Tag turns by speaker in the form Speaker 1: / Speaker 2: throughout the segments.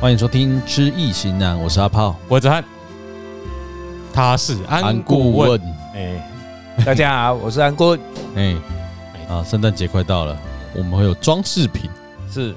Speaker 1: 欢迎收听《知易行难》，我是阿炮，
Speaker 2: 我子涵，他是安顾问。。哎，
Speaker 3: 大家好，我是安坤。
Speaker 1: 哎，啊，圣诞节快到了，我们会有装饰品，
Speaker 2: 是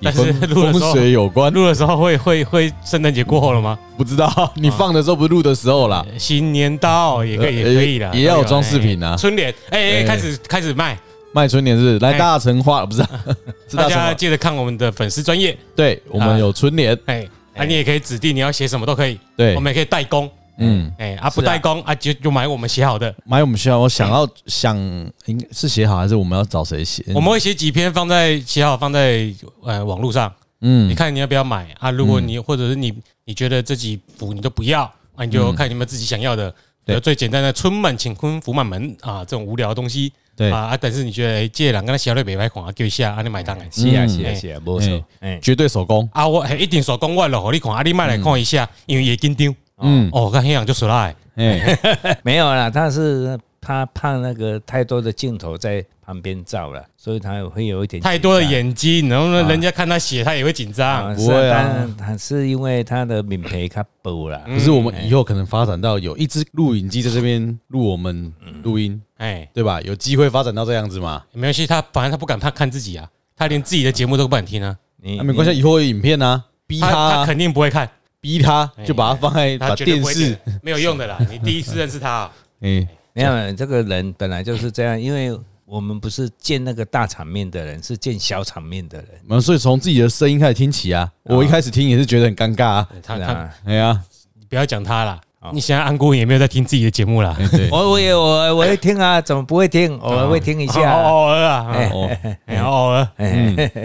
Speaker 1: 也
Speaker 2: 但是
Speaker 1: 跟
Speaker 2: 录的时
Speaker 1: 风
Speaker 2: 候
Speaker 1: 水有关，
Speaker 2: 录啊的时候会会会圣诞节过后了吗？
Speaker 1: 不知道你放的时候不是录的时候啦。
Speaker 2: 新年到也可以，
Speaker 1: 呃
Speaker 2: 也可以的，
Speaker 1: 也也要有装饰品啊
Speaker 2: 哎春联，哎
Speaker 1: 哎
Speaker 2: 哎，开始开始卖，
Speaker 1: 卖春联是来
Speaker 2: 哎
Speaker 1: 大成花，不是啊 是
Speaker 2: 大
Speaker 1: 大成
Speaker 2: 家
Speaker 1: 花。
Speaker 2: 记得看我们的粉丝专业，
Speaker 1: 对，我们有春联，
Speaker 2: 哎，啊，你也可以指定你要写什么都可以，
Speaker 1: 对
Speaker 2: 我们也可以代工，
Speaker 1: 嗯，
Speaker 2: 哎啊，不
Speaker 3: 是啊
Speaker 2: 代工啊，就就买我们写好的，
Speaker 1: 买我们需要，我想要想，应该是写好还是我们要找谁写？
Speaker 2: 我们会写几篇放在写好放在呃网络上，
Speaker 1: 嗯
Speaker 2: 你，看你要不要买啊？如果你或者是你你觉得这几幅你都不要，啊，你就看你有没有自己想要的。比
Speaker 1: 嗯对
Speaker 2: 如最简单的“春满乾坤福满门”啊，这种无聊的东西
Speaker 1: 对
Speaker 2: 啊，啊但是你觉得哎，这人跟他小类北白款啊，叫一下啊，你买单
Speaker 3: 是啊，是啊，是啊，没错。哎，
Speaker 1: 绝对手工，
Speaker 2: 啊，我哎一定手工我了，你看啊，你买来看一下，因为也紧张
Speaker 1: 嗯，
Speaker 2: 哦，看黑人就出来，
Speaker 1: 哎，
Speaker 2: 嗯
Speaker 3: 没有啦，他是他怕那个太多的镜头在旁边照了，所以他会有一点
Speaker 2: 太多的
Speaker 3: 紧张
Speaker 2: 眼睛，然后呢，人家看他写，他也会紧张。
Speaker 3: 啊，
Speaker 1: 不
Speaker 3: 是
Speaker 1: 啊会啊啊
Speaker 3: 啊，当然他是因为他的敏皮卡薄啦。
Speaker 1: 可是我们以后可能发展到有一只录影机在这边录我们录音，
Speaker 2: 哎，
Speaker 1: 对吧？有机会发展到这样子嘛？
Speaker 2: 没关系，他反正他不敢怕看自己啊，他连自己的节目都不敢听啊，
Speaker 3: 你
Speaker 1: 那、没关系，以后有影片啊，逼他
Speaker 2: 他
Speaker 1: 啊、
Speaker 2: 他肯定不会看。
Speaker 1: 逼他，就把它放在把
Speaker 2: 他绝对
Speaker 1: 电
Speaker 2: 不会
Speaker 1: 视，
Speaker 2: 点没有用的啦。你第一次认识他啊，
Speaker 1: 哎，
Speaker 3: 没有，这个人本来就是这样，因为我们不是见那个大场面的人，是见小场面的人。
Speaker 1: 我们所以从自己的声音开始听起啊。我一开始听也是觉得很尴尬啊，
Speaker 2: 他
Speaker 3: 是
Speaker 2: 他
Speaker 3: 啊，
Speaker 1: 哎呀，
Speaker 2: 你不要讲他啦。你现在安姑也没有在听自己的节目啦，
Speaker 1: 哎对，
Speaker 3: 我我也我我会听啊，怎么不会听？偶尔会听一下啊。
Speaker 2: 偶尔啊，
Speaker 1: 哦，
Speaker 2: 哎偶尔，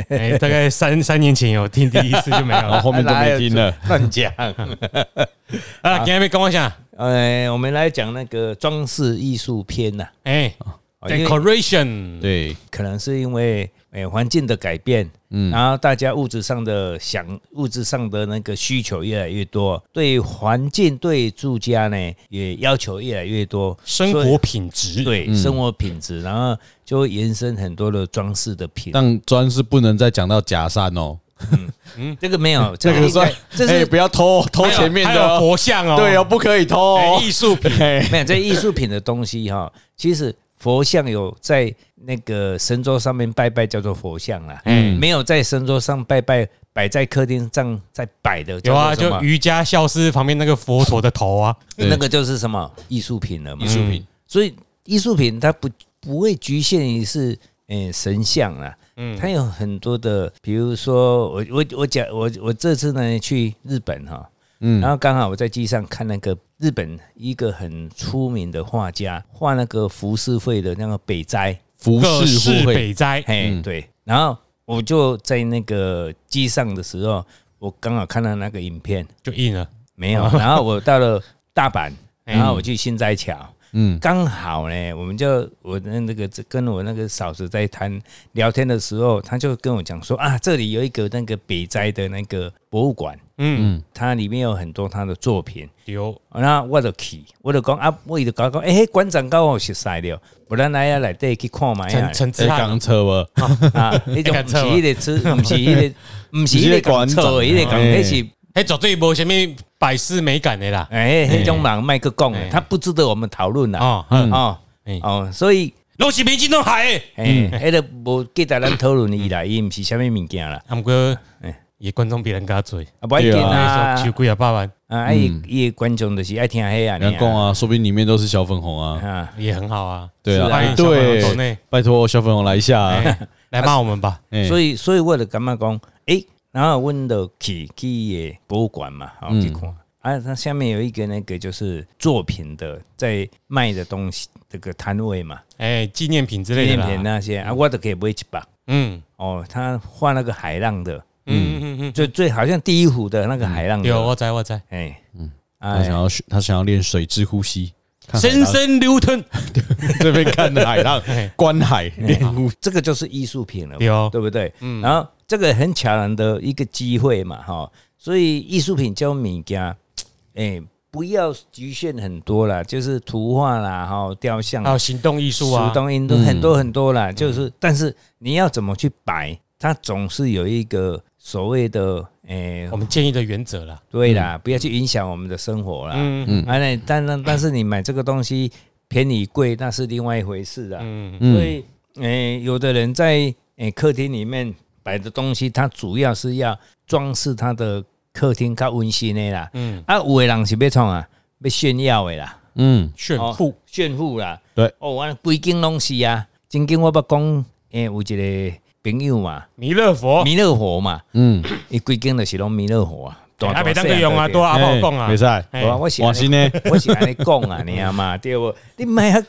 Speaker 2: 哎，大概三三年前有听第一次就没有
Speaker 1: 然后
Speaker 2: 了。
Speaker 1: 后面都没听了，
Speaker 3: 乱讲。
Speaker 2: 啊，今天被跟我讲，
Speaker 3: 呃，我们来讲那个装饰艺术篇呐、哦
Speaker 2: 哎
Speaker 3: 因为
Speaker 2: ，decoration，
Speaker 1: 对，
Speaker 3: 可能是因为诶环、境的改变，嗯，然后大家物质上的想物质上的那个需求越来越多，对环境对住家呢也要求越来越多，
Speaker 2: 生
Speaker 3: 所
Speaker 2: 活
Speaker 3: 以
Speaker 2: 品质，，
Speaker 3: 对、生活品质，然后就会延伸很多的装饰的品。
Speaker 1: 但专是不能再讲到假山哦，
Speaker 3: 这个没有，
Speaker 1: 这
Speaker 3: 应
Speaker 1: 个
Speaker 3: 该
Speaker 1: 算，
Speaker 3: 这
Speaker 1: 哎，
Speaker 3: 是
Speaker 1: 不要偷偷前面
Speaker 2: 还
Speaker 1: 的
Speaker 2: 有
Speaker 1: 哦，
Speaker 2: 佛像哦，
Speaker 1: 对哦，不可以偷
Speaker 2: 哎，
Speaker 1: 哦，
Speaker 2: 艺术品，
Speaker 3: 没有这艺术品的东西哈，其实佛像有在那个神桌上面拜拜叫做佛像啦，
Speaker 2: 嗯
Speaker 3: 嗯，没有在神桌上拜拜，摆在客厅上在摆的
Speaker 2: 有啊，
Speaker 3: 叫做
Speaker 2: 就
Speaker 3: 什么
Speaker 2: 瑜伽教师旁边那个佛陀的头啊，
Speaker 3: 那个就是什么艺术品了嘛，
Speaker 1: 艺术品，
Speaker 3: 所以艺术品它不不会局限于是诶、呃神像啦，嗯，它有很多的，比如说我我我讲我我这次呢去日本哈，嗯，然后刚好我在机上看那个日本一个很出名的画家画那个浮世绘的那个北斋，
Speaker 1: 服
Speaker 2: 各
Speaker 1: 饰
Speaker 2: 式
Speaker 1: 互惠，
Speaker 2: 北斋，
Speaker 3: 嘿，
Speaker 1: 嗯
Speaker 3: 对，然后我就在那个机上的时候，我刚好看到那个影片，
Speaker 2: 就印了，
Speaker 3: 没有。然后我到了大阪，然后我去新斋桥，
Speaker 1: 嗯
Speaker 3: 嗯，刚好呢，我们就我的那个跟我那个嫂子在谈聊天的时候，她就跟我讲说啊，这里有一个那个北斋的那个博物馆，
Speaker 2: 嗯，
Speaker 3: 它里面有很多他的作品。哦
Speaker 2: 有
Speaker 3: 那我就去，我就讲啊，我伊就讲讲，哎、欸，馆长跟我熟识了，不然来啊内底去看嘛呀
Speaker 2: 陈。陈
Speaker 1: 这
Speaker 2: 志汉，
Speaker 1: 哎刚哦车吧，
Speaker 2: 哎
Speaker 3: 啊，迄 种毋是迄个吃，毋是迄 个，毋是迄个讲错的，迄个讲迄是，
Speaker 2: 哎，绝对无什么百思美感的啦，
Speaker 3: 哎，迄种人卖个讲的，他不值得我们讨论啦。
Speaker 2: 哦，
Speaker 3: 哦哦，所以
Speaker 2: 拢是民进党害的。
Speaker 3: 哎，迄个无记得咱讨论伊啦，伊毋是啥物物件啦，
Speaker 2: 啊，毋过
Speaker 3: 哎
Speaker 2: 伊观众比人较侪，
Speaker 3: 啊，不要紧
Speaker 2: 那
Speaker 3: 啦
Speaker 2: 时候收。几啊百万
Speaker 3: 啊，伊伊的观众就是爱听迄啊，
Speaker 1: 人家讲啊，说不定里面都是小粉红啊，
Speaker 3: 啊，
Speaker 2: 也很好啊。
Speaker 1: 对啊，
Speaker 3: 是啊
Speaker 1: 哎
Speaker 2: 哎小粉红抖
Speaker 1: 对
Speaker 2: 内，
Speaker 1: 拜托小粉红来一下 啊，
Speaker 2: 哎来骂我们吧，
Speaker 1: 哎
Speaker 3: 所以所以我就感觉讲，诶，然后阮就去去伊的博物馆嘛，好去看。啊，它下面有一个那个就是作品的在卖的东西这个摊位嘛，
Speaker 2: 哎，纪念品之
Speaker 3: 纪
Speaker 2: 类
Speaker 3: 念
Speaker 2: 的
Speaker 3: 品
Speaker 2: 啦。
Speaker 3: 那些啊，我都可以买一百。
Speaker 2: 嗯
Speaker 3: 哦，他画那个海浪的，
Speaker 2: 嗯嗯嗯
Speaker 3: 最最好像第一幅的那个海浪
Speaker 2: 嗯，
Speaker 3: 的，
Speaker 2: 有我在我在，
Speaker 3: 哎，嗯，
Speaker 1: 他想
Speaker 3: 哎，
Speaker 1: 要学他想要练水之呼吸， 看海
Speaker 2: 深
Speaker 1: 浪
Speaker 2: 深流吞。
Speaker 1: 这边看的海浪，
Speaker 2: 哎
Speaker 1: 观海练呼，
Speaker 3: 这个就是艺术品了嘛，
Speaker 2: 对哦
Speaker 3: 对不对？嗯，然后这个很巧然的一个机会嘛，哈，所以艺术品叫米家，哎，不要局限很多啦，就是图画啦，哈，雕像
Speaker 2: 还有行动艺术啊嗯
Speaker 3: 手，动运动很多很多啦，就是但是你要怎么去摆，它总是有一个所谓的诶、
Speaker 2: 我们建议的原则啦。
Speaker 3: 对啦，不要去影响我们的生活啦。
Speaker 2: 嗯
Speaker 3: 嗯，啊，那但但但是你买这个东西便宜贵，那是另外一回事啊。
Speaker 2: 嗯
Speaker 3: 所以，诶、有的人在诶、客厅里面摆的东西，它主要是要装饰它的客厅较温馨的啦。
Speaker 2: 嗯，
Speaker 3: 啊，有的人是要创啊，要炫耀的啦，
Speaker 1: 嗯，
Speaker 2: 炫
Speaker 3: 哦
Speaker 2: 富，
Speaker 3: 炫富啦。
Speaker 1: 对，
Speaker 3: 哦，我规间拢是啊。曾经我捌讲，诶、有一个朋友嘛，
Speaker 2: 弥勒佛，
Speaker 3: 弥勒佛嘛，
Speaker 1: 嗯，
Speaker 3: 伊规间就是拢弥勒佛啊。
Speaker 2: 啊，
Speaker 3: 大
Speaker 2: 没
Speaker 3: 大
Speaker 2: 当个用啊，
Speaker 3: 小小
Speaker 2: 多阿宝讲啊
Speaker 1: 没，赛，
Speaker 2: 哎
Speaker 3: 对啊，我是
Speaker 1: 我
Speaker 3: 安尼
Speaker 1: 心呢，
Speaker 3: 我是安尼讲啊，你 啊嘛，对不？你买啊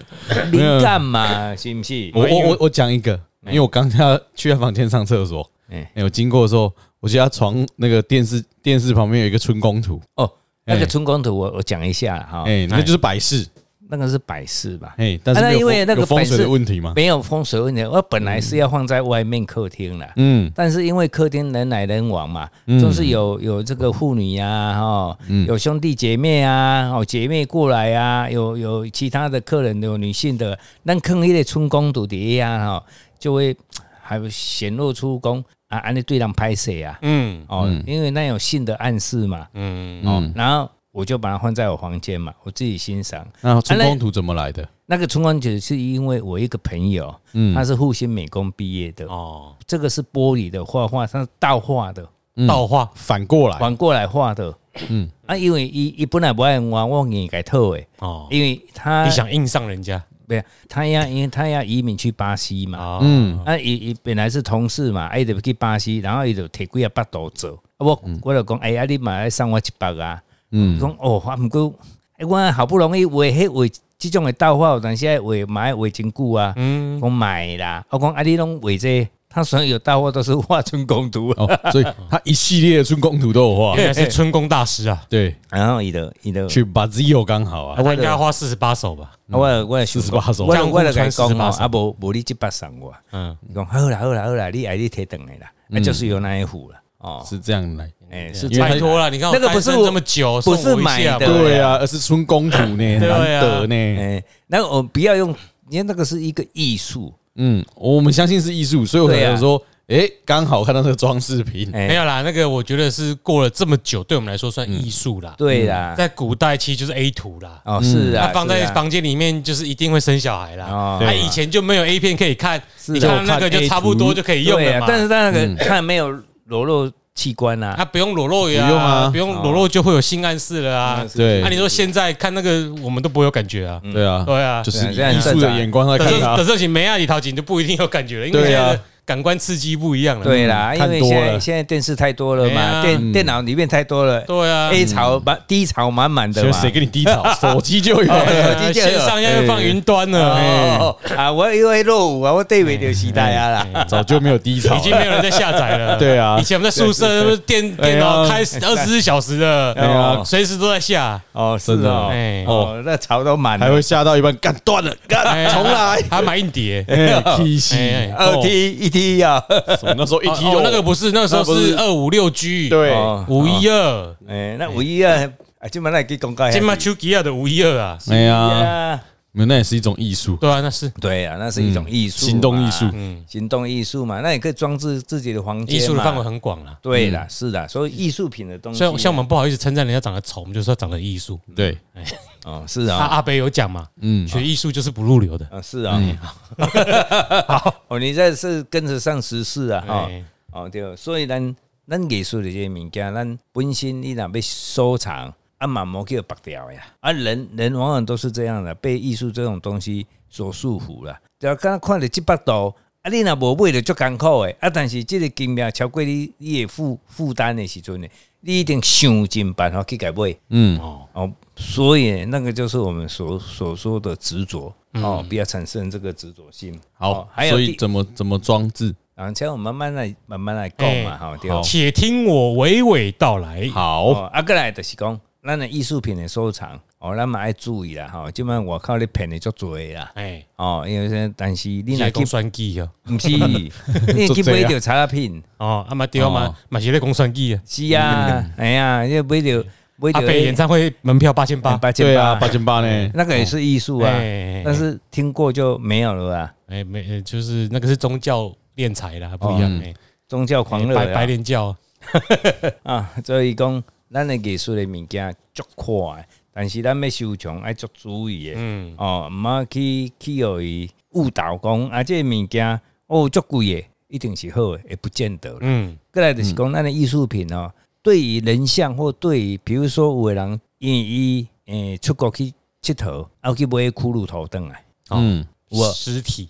Speaker 3: 敏感嘛，是不是？哦
Speaker 1: 我我我我讲一个，
Speaker 2: 哎
Speaker 1: 因为我刚要去他房间上厕所，
Speaker 3: 哎
Speaker 1: 哎、我经过的时候，我记得他床那个电视电视旁边有一个春宫图，
Speaker 3: 哦，
Speaker 2: 哎
Speaker 3: 那个春宫图我我讲一下啦
Speaker 2: 啊
Speaker 3: 哈，
Speaker 1: 哎、那就是摆饰，
Speaker 3: 那个是摆饰吧？
Speaker 1: 哎、但是
Speaker 3: 啊那
Speaker 1: 没有
Speaker 3: 因
Speaker 1: 风
Speaker 3: 为那个
Speaker 1: 有风
Speaker 3: 摆
Speaker 1: 水
Speaker 3: 饰
Speaker 1: 的问题嘛，
Speaker 3: 没有风水问题，我本来是要放在外面客厅啦，
Speaker 1: 嗯
Speaker 3: 但是因为客厅人来人往嘛，就是有有这个妇女呀，哈，
Speaker 1: 嗯
Speaker 3: 有兄弟姐妹啊，哦姐妹过来啊，有有其他的客人有女性的，那坑一类春宫图底下哈，就会还显露出宫啊，安尼对人拍摄啊，
Speaker 2: 嗯
Speaker 3: 哦，因为那有性的暗示嘛，
Speaker 2: 嗯，
Speaker 3: 哦，
Speaker 1: 嗯，
Speaker 3: 然后我就把它放在我房间嘛，我自己欣赏。
Speaker 1: 那春宫图怎么来的？
Speaker 3: 那个春光酒是因为我一个朋友，
Speaker 1: 嗯
Speaker 3: 他是复兴美工毕业的，
Speaker 2: 哦，
Speaker 3: 这个是玻璃的画画，他是倒画的，
Speaker 2: 道化，
Speaker 1: 反过
Speaker 2: 哎
Speaker 1: 来，
Speaker 3: 反过来画的。嗯，啊，因为伊伊本来不爱我，我硬改透诶，
Speaker 2: 哦，
Speaker 3: 因为他
Speaker 2: 你想硬上人家
Speaker 3: 不是他要，因为他要移民去巴西嘛，
Speaker 2: 啊？
Speaker 1: 嗯
Speaker 3: 啊，伊伊本来是同事嘛，啊，伊就去巴西，然后伊就摕几啊巴肚做，啊，我
Speaker 2: 嗯
Speaker 3: 我就讲，哎、啊，你嘛要送我一百啊，嗯，讲哦，啊，毋过，哎，我好不容易画迄画即种的稻花，有当时爱画嘛爱画真久啊，嗯，我买啦，我讲啊，你拢画这個他所有稻花都是画春宫图啊，
Speaker 1: 哦，所以他一系列的春宫图都有画，
Speaker 2: 哦原
Speaker 3: 哎
Speaker 2: 来是春宫大师啊，
Speaker 1: 对，
Speaker 3: 然后伊就伊就，
Speaker 1: 去把 Zio 刚好
Speaker 3: 啊
Speaker 1: 啊，
Speaker 2: 他应该要花四十八首吧？
Speaker 3: 啊我我四
Speaker 1: 48首
Speaker 3: 我就我就甲伊
Speaker 2: 江
Speaker 3: 讲
Speaker 2: 户川
Speaker 3: 哦，
Speaker 2: 48首
Speaker 3: 啊，无无你即百送我，
Speaker 2: 嗯，
Speaker 3: 伊讲好啦好啦好啦，你爱你摕转来啦，啊，就是有那一幅啦，哦，
Speaker 1: 是这样来，
Speaker 3: 哎、是
Speaker 1: 因为他
Speaker 2: 拜托了，你看我
Speaker 3: 那个不
Speaker 2: 单身
Speaker 3: 是我
Speaker 2: 这么久，
Speaker 3: 不是
Speaker 2: 送我一下
Speaker 3: 买
Speaker 2: 吧
Speaker 3: 的
Speaker 1: 对啊，而是春宫图呢，很
Speaker 2: 啊
Speaker 1: 难得呢，
Speaker 3: 哎、那我不要用，因为那个是一个艺术，
Speaker 1: 嗯，我们相信是艺术，所以我才
Speaker 3: 对啊
Speaker 1: 想说，哎、刚好看到这个装饰品，
Speaker 3: 哎、
Speaker 2: 没有啦，那个我觉得是过了这么久，对我们来说算艺术啦。
Speaker 3: 嗯对啦，
Speaker 2: 在古代其实就是 A 图啦，
Speaker 3: 哦，是啊，
Speaker 2: 它嗯放
Speaker 3: 是
Speaker 2: 在
Speaker 3: 啊
Speaker 2: 房间里面就是一定会生小孩啦
Speaker 3: 哦。
Speaker 2: 他
Speaker 1: 对
Speaker 2: 以前就没有 A 片可以看，
Speaker 3: 是啊
Speaker 2: 你看到那个就差不多就可以用
Speaker 3: 对
Speaker 2: 了
Speaker 3: 啊
Speaker 2: 嘛，。
Speaker 3: 但是它那
Speaker 1: 嗯
Speaker 3: 个它没有裸露器官啊，
Speaker 2: 他不用裸露呀，
Speaker 1: 不用啊
Speaker 2: 不
Speaker 3: 哦
Speaker 2: 用裸露就会有性暗示了啊。
Speaker 1: 对
Speaker 2: 那你说现在看那个，我们都不会有感觉啊。
Speaker 1: 对啊，
Speaker 2: 对啊
Speaker 1: 就，是
Speaker 3: 对啊这样
Speaker 1: 艺术的
Speaker 3: 正常
Speaker 1: 眼光在
Speaker 2: 等
Speaker 1: 看
Speaker 2: 这
Speaker 1: 它
Speaker 2: 等。这些梅亚里淘金就不一定有感觉了，因为
Speaker 1: 对
Speaker 2: 现
Speaker 1: 啊
Speaker 2: 在的感官刺激不一样了。
Speaker 3: 对啦，因
Speaker 1: 嗯看
Speaker 3: 为
Speaker 1: 多
Speaker 3: 现
Speaker 1: 了嗯
Speaker 3: 在现在电视太多了
Speaker 2: 哎
Speaker 3: 嘛，
Speaker 2: 呀
Speaker 3: 电电脑里面太多了
Speaker 2: 对啊，
Speaker 3: ，A 槽满低潮满满的
Speaker 1: 谁
Speaker 3: 嘛，
Speaker 1: 谁跟你低潮？手机就有。
Speaker 3: 手
Speaker 2: 呃
Speaker 3: 机就有
Speaker 2: 线上要放云端了。哎
Speaker 3: 哦啊，我因为落伍啊，我对袂着时代啊啦，
Speaker 1: 早就没有低潮
Speaker 2: 已经
Speaker 1: 了。
Speaker 2: 没有人在下载 了。
Speaker 1: 对啊
Speaker 2: 以前我们在宿舍电
Speaker 1: 对
Speaker 2: 电脑
Speaker 1: 哎呀
Speaker 2: 开二十四小时的，
Speaker 3: 哎呀
Speaker 2: 随时都在下。
Speaker 3: 哦，是
Speaker 1: 真的啊
Speaker 3: 哦
Speaker 2: 哎，
Speaker 3: 哦，那槽都满
Speaker 1: 还
Speaker 3: 了
Speaker 1: 会，吓到一半，干断了，
Speaker 2: 哎
Speaker 1: 干
Speaker 2: 呀
Speaker 1: 重来。
Speaker 2: 还买硬碟。
Speaker 1: 哎，踢戏
Speaker 2: 哎哎
Speaker 3: 二
Speaker 1: 哦
Speaker 3: T 一 T 啊，
Speaker 1: 我那时候一
Speaker 2: 哦
Speaker 1: 踢
Speaker 2: 哦，那个不是，那时候
Speaker 1: 那不
Speaker 2: 是
Speaker 1: 是
Speaker 2: 二五六 G，
Speaker 1: 对，
Speaker 3: 哦
Speaker 2: 五一二，哎
Speaker 3: 哎，那五一二啊，今晚来给广告一下，
Speaker 2: 金马丘吉亚的五一二啊，
Speaker 1: 哎呀，
Speaker 3: 呀。
Speaker 1: 没有那也是一种艺术，
Speaker 2: 对啊，那是
Speaker 3: 对啊，那是一种艺术嘛、
Speaker 1: 嗯行动艺术。
Speaker 3: 行动艺术嘛，那你可以装置自己的房间
Speaker 2: 嗯艺
Speaker 3: 嘛
Speaker 2: 术的范围。很广啦。
Speaker 3: 对啦，是的，所以艺术品的东西，
Speaker 2: 所以嗯像我们不好意思称赞人家长得丑，我们就说长得艺术。
Speaker 1: 对，
Speaker 3: 哦，是
Speaker 2: 阿
Speaker 3: 啊，
Speaker 2: 阿北有讲嘛，嗯，学艺术就是不入流的。
Speaker 3: 啊是啊，
Speaker 2: 嗯
Speaker 3: 好，哦，你这是跟得上时事啊，哈、
Speaker 2: 哎
Speaker 3: 哦，对，所以咱咱艺术的这些物件，咱本身你若要收藏，啊，慢慢去拔掉呀，啊，人人往往都是这样的，被艺术这种东西所束缚了，只要刚看到这百度。啊，你若无买就足艰苦的，啊，但是这个金额超过你你的负负担的时阵呢，你一定想尽办法去改买。
Speaker 1: 嗯，
Speaker 3: 哦，所以那个就是我们所所说的执着哦，不要产生这个执着心。
Speaker 1: 好
Speaker 3: 哦，还有
Speaker 1: 所以
Speaker 3: 第，
Speaker 1: 怎么怎么装置？
Speaker 3: 然后我们慢慢来，慢慢来讲嘛，哈，对。
Speaker 2: 哎且听我娓娓道来。
Speaker 1: 好，
Speaker 3: 哦，啊，过来就是讲，咱的艺术品的收藏，哦，咱嘛要注意啦，吼，即摆外口咧骗的足多的啦，
Speaker 2: 哎，
Speaker 3: 哦，因为说，但是你
Speaker 2: 你
Speaker 3: 若
Speaker 2: 来
Speaker 3: 去
Speaker 2: 讲，酸记哦。
Speaker 3: 毋是，你去买着差品，
Speaker 2: 哦，阿妈对啊嘛，嘛是咧讲酸记啊。
Speaker 3: 是啊，哎呀，你买着买
Speaker 2: 阿
Speaker 3: 着
Speaker 2: 北演唱会门票八千啊八，
Speaker 3: 八千
Speaker 1: 对啊，
Speaker 3: 八
Speaker 1: 八，千八呢？
Speaker 3: 那个也是艺术啊
Speaker 2: 哎，
Speaker 3: 但是听过就没有了啊。
Speaker 2: 哎，没，呃就是那个是宗教敛财啦，不一样哎。
Speaker 3: 宗教狂热
Speaker 2: 白白
Speaker 3: 啊
Speaker 2: 莲教，
Speaker 3: 啊，所以讲咱的艺术的物件足快，但是咱要收藏爱足注意的。
Speaker 2: 嗯，
Speaker 3: 哦，毋好去去互伊误导讲啊，这个物件哦足贵诶，一定是好诶，会不见得啦。
Speaker 2: 嗯
Speaker 3: 过、来就是讲咱的艺术品哦，对于人像或对于比如说有诶人因为伊诶出国去佚佗，啊有去买骷髅头转来，
Speaker 1: 嗯，
Speaker 3: 我
Speaker 2: 尸体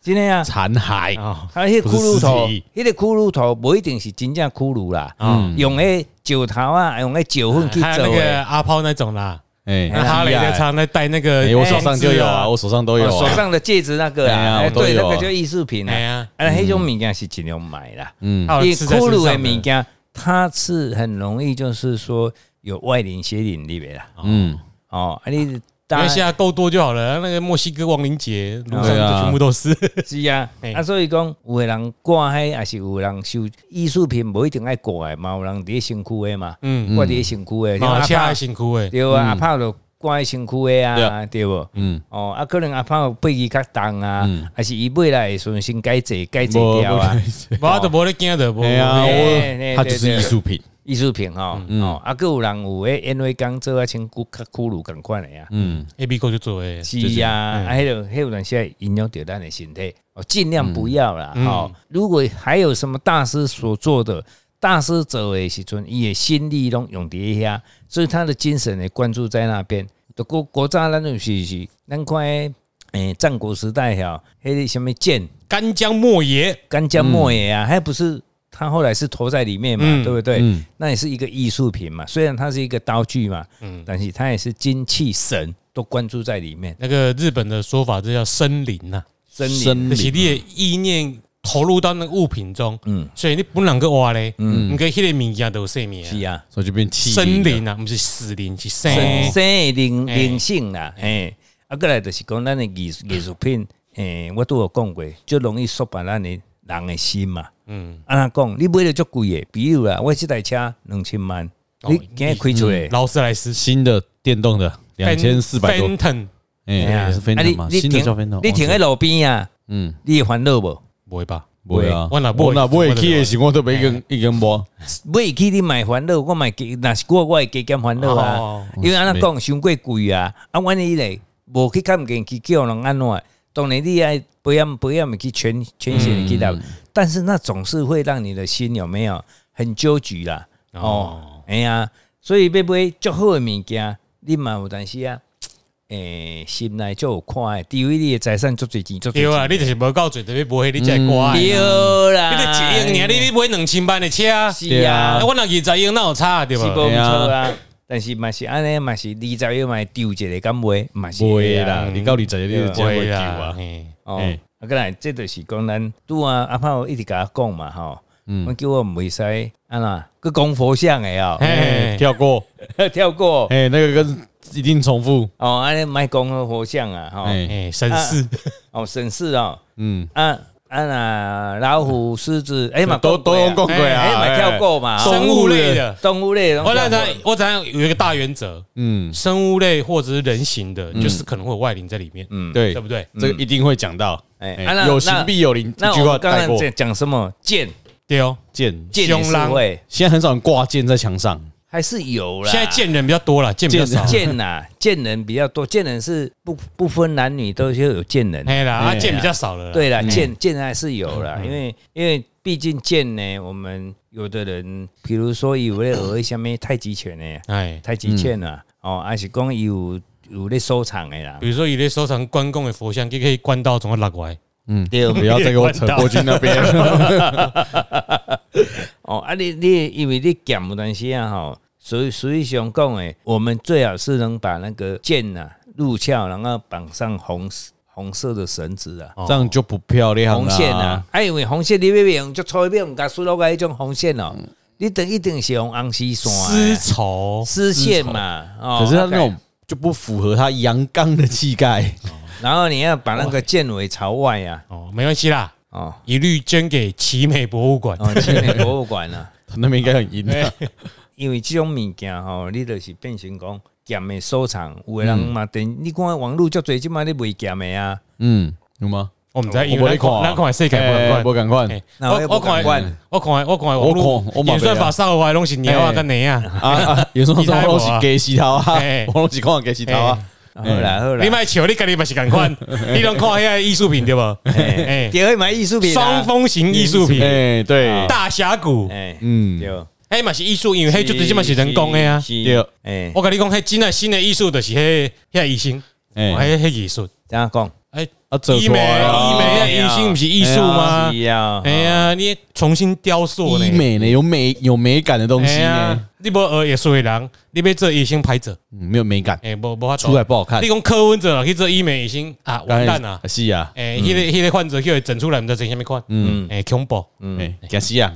Speaker 3: 真诶啊，
Speaker 1: 残骸，
Speaker 2: 啊，
Speaker 3: 啊迄、
Speaker 2: 不
Speaker 3: 个
Speaker 2: 是
Speaker 3: 骷髅
Speaker 2: 尸
Speaker 3: 头，
Speaker 2: 体
Speaker 3: 迄、个骷髅头无一定是真正骷髅啦，
Speaker 1: 嗯，
Speaker 3: 用迄石头啊，用迄石粉去
Speaker 2: 还有那
Speaker 3: 做
Speaker 2: 个
Speaker 3: 诶，
Speaker 2: 阿炮那种啦，
Speaker 1: 哎
Speaker 2: 那哈雷在常在戴那个
Speaker 1: 哎，我手
Speaker 2: 装
Speaker 1: 上
Speaker 2: 置
Speaker 1: 就有啊，，我手上都有
Speaker 3: 哦手
Speaker 1: 啊，
Speaker 3: 上的戒指那个
Speaker 1: 哎呀
Speaker 3: 啊，
Speaker 1: 我
Speaker 3: 哎
Speaker 1: 都
Speaker 3: 对，
Speaker 1: 有
Speaker 3: 那个
Speaker 1: 啊
Speaker 3: 就艺术品啊
Speaker 2: 哎。呀，
Speaker 3: 啊，迄种物件是尽量买啦。
Speaker 1: 嗯
Speaker 2: 还有
Speaker 3: 因为
Speaker 2: 刺在身
Speaker 3: 骷
Speaker 2: 上的
Speaker 3: 髅的物件，它是很容易就是说有外灵邪灵里面啦。
Speaker 1: 嗯，
Speaker 3: 哦，啊你
Speaker 2: 因
Speaker 3: 当
Speaker 2: 为
Speaker 3: 然
Speaker 2: 现在够多就好了。那个墨西哥亡灵节路上
Speaker 1: 对
Speaker 2: 就
Speaker 1: 啊
Speaker 2: 全部都是，
Speaker 3: 是啊
Speaker 2: 嘿，
Speaker 3: 啊所以讲有的人挂迄，也是有的人收艺术品，无一定爱挂的嘛，有人伫咧身躯的嘛，
Speaker 2: 嗯，
Speaker 3: 挂伫咧身躯的，像
Speaker 2: 马
Speaker 3: 阿
Speaker 2: 恰
Speaker 3: 炮
Speaker 2: 还辛苦哎，
Speaker 3: 对啊，阿炮就挂在身躯的
Speaker 1: 对
Speaker 3: 啊，
Speaker 1: 啊
Speaker 3: 对无？
Speaker 1: 嗯，
Speaker 3: 哦，啊，可能阿炮背肌较重啊
Speaker 1: 嗯，
Speaker 3: 还是伊买来的时候先改坐改坐掉啊，
Speaker 2: 我都无咧惊的， 无
Speaker 1: 哎呀，
Speaker 3: 对对
Speaker 1: 我它就是
Speaker 3: 对
Speaker 1: 艺术品，
Speaker 3: 艺术品吼，哦，啊，佮有人有诶，因为工做啊，像骨较骷髅共款的啊。
Speaker 1: 嗯，
Speaker 2: A B 够就做诶，
Speaker 3: 是呀、啊，还有还有人现在影响到咱的身体，哦，尽量不要啦。哦，如果还有什么大师所做的，大师做的时阵，伊的心力拢用伫遐，所以他的精神也关注在那边。就国国早咱就是是，咱看诶、诶战国时代吼，迄个什么剑
Speaker 2: 干将莫邪，
Speaker 3: 干将莫邪啊，还不是他后来是投在里面嘛，
Speaker 2: 嗯
Speaker 3: 对不对？
Speaker 1: 嗯
Speaker 3: 那也是一个艺术品嘛，虽然它是一个刀具嘛，但是它也是精气神都关注在里面。
Speaker 2: 那个日本的说法，这叫森林呐，
Speaker 3: 森林
Speaker 1: 森
Speaker 2: 就是
Speaker 1: 林，
Speaker 2: 你的意念投入到那个物品中，
Speaker 3: 嗯
Speaker 2: 所以你不能够挖咧，
Speaker 3: 嗯
Speaker 2: 嗯，你跟迄个物件都有生命啊，
Speaker 3: 是啊，
Speaker 1: 所以就变气
Speaker 2: 森
Speaker 1: 了，
Speaker 2: 林啊，不是死林，是森
Speaker 3: 生生的灵
Speaker 2: 哎
Speaker 3: 灵性啦，哎，啊，过来就是讲咱的艺术艺术品，哎，我都有讲过，就容易说把咱的人的心嘛。
Speaker 2: 嗯，
Speaker 3: 安那讲，你买了足贵的，比如啦，啊我这台车两千万，你今日开出来，
Speaker 2: 劳斯莱斯
Speaker 1: 新的电动的两千四百多，
Speaker 2: ，Fenton
Speaker 1: 哎，
Speaker 3: 哎呀
Speaker 1: 也是非
Speaker 3: 啊
Speaker 1: 常
Speaker 3: 你
Speaker 1: 嘛，
Speaker 3: 你
Speaker 1: 新的哦叫非
Speaker 3: 停
Speaker 1: 常，，
Speaker 3: 你停在路边啊，
Speaker 1: 嗯，
Speaker 3: 你会烦恼无？
Speaker 2: 不会吧？
Speaker 1: 不会啊，
Speaker 2: 我若买
Speaker 1: 我那
Speaker 2: 我
Speaker 1: 会
Speaker 2: 就
Speaker 1: 去的时候，我都
Speaker 3: 哎
Speaker 1: 没跟一根摸，
Speaker 3: 买起你买烦恼，我买加，若是我我会加减烦恼啊
Speaker 2: 哦，
Speaker 3: 因为安尼讲伤过贵啊，啊，阮迄个无去看见去叫人安怎？啊当然你爱不要不要去全全险的去到，
Speaker 2: 嗯
Speaker 3: 但是那总是会让你的心有没有很纠结啦？哦，哎呀，所以要买足好的物件，你嘛有但是啊，诶，心内就有看的，除非你的财产足侪钱足
Speaker 2: 对啊，
Speaker 3: 侪
Speaker 2: 你
Speaker 3: 钱，
Speaker 2: 就是无够嘴，特别不会你才会刮的，
Speaker 1: 嗯
Speaker 2: 你
Speaker 3: 对啦，
Speaker 2: 一亿年你你买两千万的车，
Speaker 3: 是啊
Speaker 2: 啊，。我那二十亿那有差对
Speaker 3: 是无
Speaker 2: 吧？
Speaker 3: 毋
Speaker 1: 对啊
Speaker 3: 错啊。但是嘛是安尼，嘛是二十要买丢一个敢买，嘛是
Speaker 1: 不
Speaker 3: 会
Speaker 1: 会
Speaker 3: 啊
Speaker 1: 啦，你到你这里就
Speaker 2: 不
Speaker 1: 真
Speaker 2: 会
Speaker 1: 会丢
Speaker 2: 啦
Speaker 1: 啊，，
Speaker 2: 嘿
Speaker 3: 哦，
Speaker 1: 嘿
Speaker 3: 啊，个来，这就是讲咱拄啊，阿炮一直甲我讲嘛吼，
Speaker 1: 嗯
Speaker 3: 我叫我袂使安那个讲佛像诶哦，
Speaker 1: 哎，
Speaker 2: 嘿，
Speaker 1: 跳过，
Speaker 3: 跳过
Speaker 1: 哎，那个跟一定重复，
Speaker 3: 哦，安尼莫讲佛像啊吼，
Speaker 1: 哎，
Speaker 2: 哎，绅士，
Speaker 3: 哦，省事哦，
Speaker 1: 嗯，
Speaker 3: 啊啊那老虎、狮子，哎嘛
Speaker 1: 都
Speaker 3: 讲过啊
Speaker 1: 都讲过啊
Speaker 3: 哎嘛
Speaker 1: 哎
Speaker 3: 跳过嘛，
Speaker 1: 动
Speaker 2: 生
Speaker 1: 物
Speaker 2: 物
Speaker 1: 类
Speaker 2: 类的。
Speaker 3: 动物类拢
Speaker 2: 我那
Speaker 3: 跳过，
Speaker 2: 咱我咱有一个大原则，
Speaker 1: 嗯，
Speaker 2: 生物类或者是人形的，就是可能会有外灵在里面，
Speaker 3: 嗯，
Speaker 1: 对
Speaker 2: 对，不对？
Speaker 1: 这个一定会讲到，
Speaker 3: 哎
Speaker 1: 哎
Speaker 3: 啊那
Speaker 1: 有
Speaker 3: 那
Speaker 1: 形必有灵，一
Speaker 3: 那
Speaker 1: 句
Speaker 3: 我
Speaker 1: 话
Speaker 3: 们刚
Speaker 1: 带
Speaker 3: 刚
Speaker 1: 过。
Speaker 3: 讲讲什么剑
Speaker 2: 对哦，
Speaker 1: 剑，
Speaker 3: 剑也
Speaker 2: 凶
Speaker 3: 是
Speaker 2: 狼
Speaker 3: 会
Speaker 1: 现在很少人挂剑在墙上，
Speaker 3: 还是有啦，
Speaker 2: 现在见人比较多了，见比较少。
Speaker 3: 贱呐，贱人比较多，贱人是不不分男女都就有贱人。
Speaker 2: 哎啦，
Speaker 1: 哎
Speaker 2: 啊，
Speaker 1: 呀
Speaker 2: 见比较少了。，
Speaker 3: 对啦，贱贱还是有
Speaker 2: 嗯
Speaker 3: 啦，因为因为毕竟贱呢，我们有的人，比如说有咧学一下咩太极拳呢，
Speaker 2: 哎，
Speaker 3: 太极拳啊，
Speaker 2: 嗯
Speaker 3: 哦，还是讲有有咧收藏的啦
Speaker 2: 比，如说有的收藏关公的佛像，就可以关到从拉过来。
Speaker 1: 嗯，
Speaker 3: 对
Speaker 1: 不要再给我扯过去那边。
Speaker 3: 哦，啊你你因为你减有东西啊吼，所以所以想讲诶，我们最好是能把那个剑呐入鞘，然后绑上红红色的绳子
Speaker 2: 哦
Speaker 3: 啊，
Speaker 1: 这样就不漂亮
Speaker 3: 红线啊，，啊，因为红线你要用足粗，要用甲输落个迄种红线哦，你等一定是用红丝线
Speaker 2: 丝
Speaker 3: 的
Speaker 2: 绸，
Speaker 3: 丝线嘛，哦，
Speaker 1: 可是他
Speaker 3: 啊
Speaker 1: 那种，就不符合他阳刚的气概。
Speaker 3: 然后你要把那个箭尾朝外啊，
Speaker 2: 哦，没关系啦，
Speaker 3: 哦，
Speaker 2: 一律捐给奇美博物馆。
Speaker 3: 哦，去美博物馆啊，
Speaker 1: 他那边应该很阴的，
Speaker 3: 因为这种物件吼，你就是变成讲咸的收藏，有的人嘛，等你看网络足侪，即嘛你袂咸的啊，
Speaker 1: 嗯，有吗？
Speaker 2: 我们在因
Speaker 1: 我没
Speaker 2: 为那
Speaker 1: 看
Speaker 2: 款那款世界
Speaker 1: 哎
Speaker 2: 不
Speaker 1: 不
Speaker 2: 不
Speaker 1: 赶快
Speaker 2: 哎
Speaker 3: 那我也
Speaker 2: 我
Speaker 3: 不
Speaker 2: 我
Speaker 3: 敢
Speaker 2: 看
Speaker 3: 管
Speaker 2: 的，我看的我看的网
Speaker 1: 我看我
Speaker 2: 络
Speaker 1: 嘛
Speaker 2: 演算法上的东西，你要跟哪样？
Speaker 1: 啊啊！有时候
Speaker 2: 其
Speaker 1: 说
Speaker 2: 他
Speaker 1: 我
Speaker 2: 无啊
Speaker 1: 都是给洗头啊
Speaker 2: 嘿，
Speaker 1: 我都是看给洗头啊。
Speaker 3: 好啦好啦，
Speaker 2: 你买球，你跟你嘛是共款，你拢看遐艺术品对不？ 哎，
Speaker 3: 也会买艺术品啊，
Speaker 2: 双峰型艺术品，啊
Speaker 1: 哎，对，
Speaker 2: 大峡谷，
Speaker 3: 哎，
Speaker 1: 嗯，
Speaker 3: 对，
Speaker 2: 哎嘛是艺术，因为迄就直接嘛是人工的啊。
Speaker 3: 是
Speaker 1: 对，
Speaker 3: 哎，
Speaker 2: 我跟你讲，迄真的新的艺术就是迄遐医生，
Speaker 1: 哎，
Speaker 2: 迄迄哦艺术，
Speaker 3: 这样讲
Speaker 2: 哎，
Speaker 1: 啊，走
Speaker 2: 医
Speaker 1: 出
Speaker 2: 美
Speaker 1: 来
Speaker 2: 医
Speaker 1: 啊！
Speaker 2: 美的医生不是艺术吗
Speaker 3: 是？啊呀，
Speaker 2: 哎呀，你重新雕塑呢
Speaker 1: 医？美呢，有美有美感的东
Speaker 2: 哎
Speaker 1: 西呢，
Speaker 2: 呀，你无学艺术的人，你要做医生拍者，
Speaker 1: 嗯没有美感，
Speaker 2: 哎，无无法度
Speaker 1: 出来不好看
Speaker 2: 你。讲柯文哲去做医美医生啊，完蛋啊！
Speaker 1: 是啊，
Speaker 2: 哎，迄个迄个患者去整出来，毋知整啥物款，
Speaker 1: 嗯，
Speaker 2: 哎，恐怖，
Speaker 1: 哎，假死啊，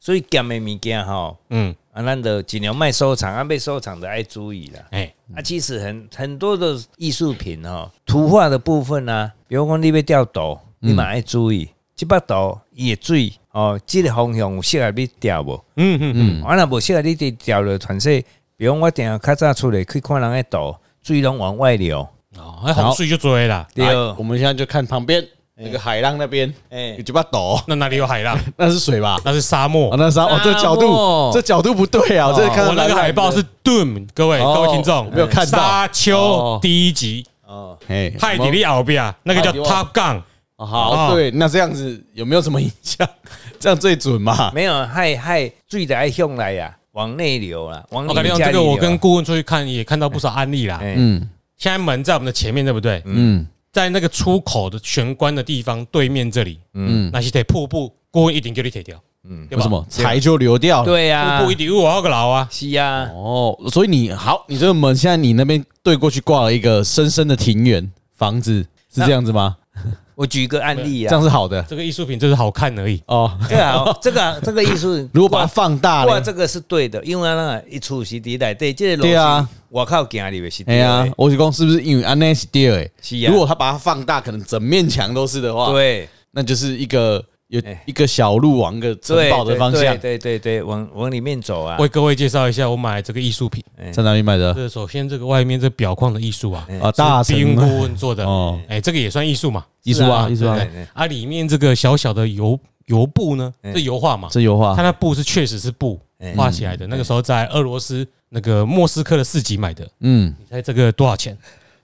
Speaker 3: 所以咸的物件吼，
Speaker 2: 嗯，
Speaker 3: 啊，咱就尽量卖收藏，啊，被收藏的爱注意啦。
Speaker 2: 哎，
Speaker 3: 啊，其实很很多的艺术品哦，图画的部分啊，比如讲你要吊豆，
Speaker 2: 嗯
Speaker 3: 你嘛爱注意，即把豆伊的水哦，即、个方向有适合你吊无？
Speaker 2: 嗯嗯嗯，
Speaker 3: 嗯，啊若无适合你伫吊了，传说，比如讲我定下较早出来去看人的豆，水拢往外流，
Speaker 2: 哦，那洪水就追啦，
Speaker 3: 对，
Speaker 1: 来我们现在就看旁边那个海浪那边，
Speaker 3: 哎
Speaker 1: 有几把抖，
Speaker 2: 那哪里有海浪？
Speaker 1: 那是水吧？
Speaker 2: 那是沙漠
Speaker 1: 啊，。那啥，哦，这角
Speaker 3: 沙漠
Speaker 1: 度，这角度不对啊，这看
Speaker 2: 我那个海报是 Doom，各位
Speaker 1: 哦
Speaker 2: 各位听众，
Speaker 1: 我没有看到
Speaker 2: 沙丘
Speaker 1: 哦
Speaker 2: 第一集，
Speaker 3: 哦，
Speaker 1: 哎
Speaker 2: 海底利奥比亚那个叫
Speaker 1: 海底
Speaker 2: Top Gun，
Speaker 1: 哦
Speaker 2: 哦
Speaker 1: 好，对，那这样子有没有什么影响？这样最准嘛？
Speaker 3: 没有害害水的爱向来呀、往内流啦，往
Speaker 2: 我哦跟你讲，
Speaker 3: 你
Speaker 2: 这
Speaker 3: 家里
Speaker 2: 个
Speaker 3: 流啊
Speaker 2: 我跟顾问出去看也看到不少案例啦。
Speaker 3: 哎
Speaker 1: 嗯
Speaker 2: 现在门在我们的前面，对不对？
Speaker 1: 嗯
Speaker 2: 在那个出口的玄关的地方对面这里，
Speaker 1: 嗯，
Speaker 2: 那些得瀑布，顾问一定叫你铁掉，嗯，对
Speaker 1: 为
Speaker 2: 吧
Speaker 1: 什？么财就流掉了？
Speaker 3: 对呀、啊
Speaker 2: 瀑布一定有我那个老啊，
Speaker 3: 是呀、
Speaker 1: 哦，所以你好，你这个门现在你那边对过去挂了一个深深的庭园房子，是这样子吗？
Speaker 3: 我举一个案例
Speaker 1: 这
Speaker 3: 啊
Speaker 1: 样，是好的
Speaker 2: 这个艺术品就是好看而已。
Speaker 1: 哦。，
Speaker 3: 对啊，这个啊这个艺术
Speaker 1: 如果把它放大
Speaker 3: 哇，
Speaker 1: 了，
Speaker 3: 这个是对的，因为那一处是伫内底，这个
Speaker 1: 对啊，
Speaker 3: 我靠，行里面是
Speaker 1: 哎
Speaker 3: 对
Speaker 1: 呀
Speaker 3: 的，，
Speaker 1: 我是讲是不是因为安内是第二？哎，
Speaker 3: 是啊
Speaker 1: 如果他把它放大，可能整面墙都是的话，，
Speaker 3: 对
Speaker 1: 那就是一个有
Speaker 3: 哎
Speaker 1: 一个小路往一个城
Speaker 3: 对
Speaker 1: 堡的方向，
Speaker 3: 对对对对，往往里面走啊，
Speaker 2: 为各位介绍一下，我买这个艺术品。
Speaker 1: 在哪里买的？
Speaker 2: 这首先这个外面这表框的艺术啊，
Speaker 1: 啊，大
Speaker 2: 是冰
Speaker 1: 城
Speaker 2: 顾问做的
Speaker 1: 哦，
Speaker 2: 哎，这个也算艺术嘛？
Speaker 1: 艺术啊，
Speaker 3: 是啊
Speaker 1: 艺术啊
Speaker 3: 对，
Speaker 2: 啊，里面这个小小的油油布呢，这油画嘛，
Speaker 1: 这油画
Speaker 2: 它，那布是确实是布
Speaker 3: 哎
Speaker 2: 画起来的。那个时候在俄罗斯那个莫斯科的市集买的，
Speaker 1: 嗯，
Speaker 2: 你猜这个多少钱？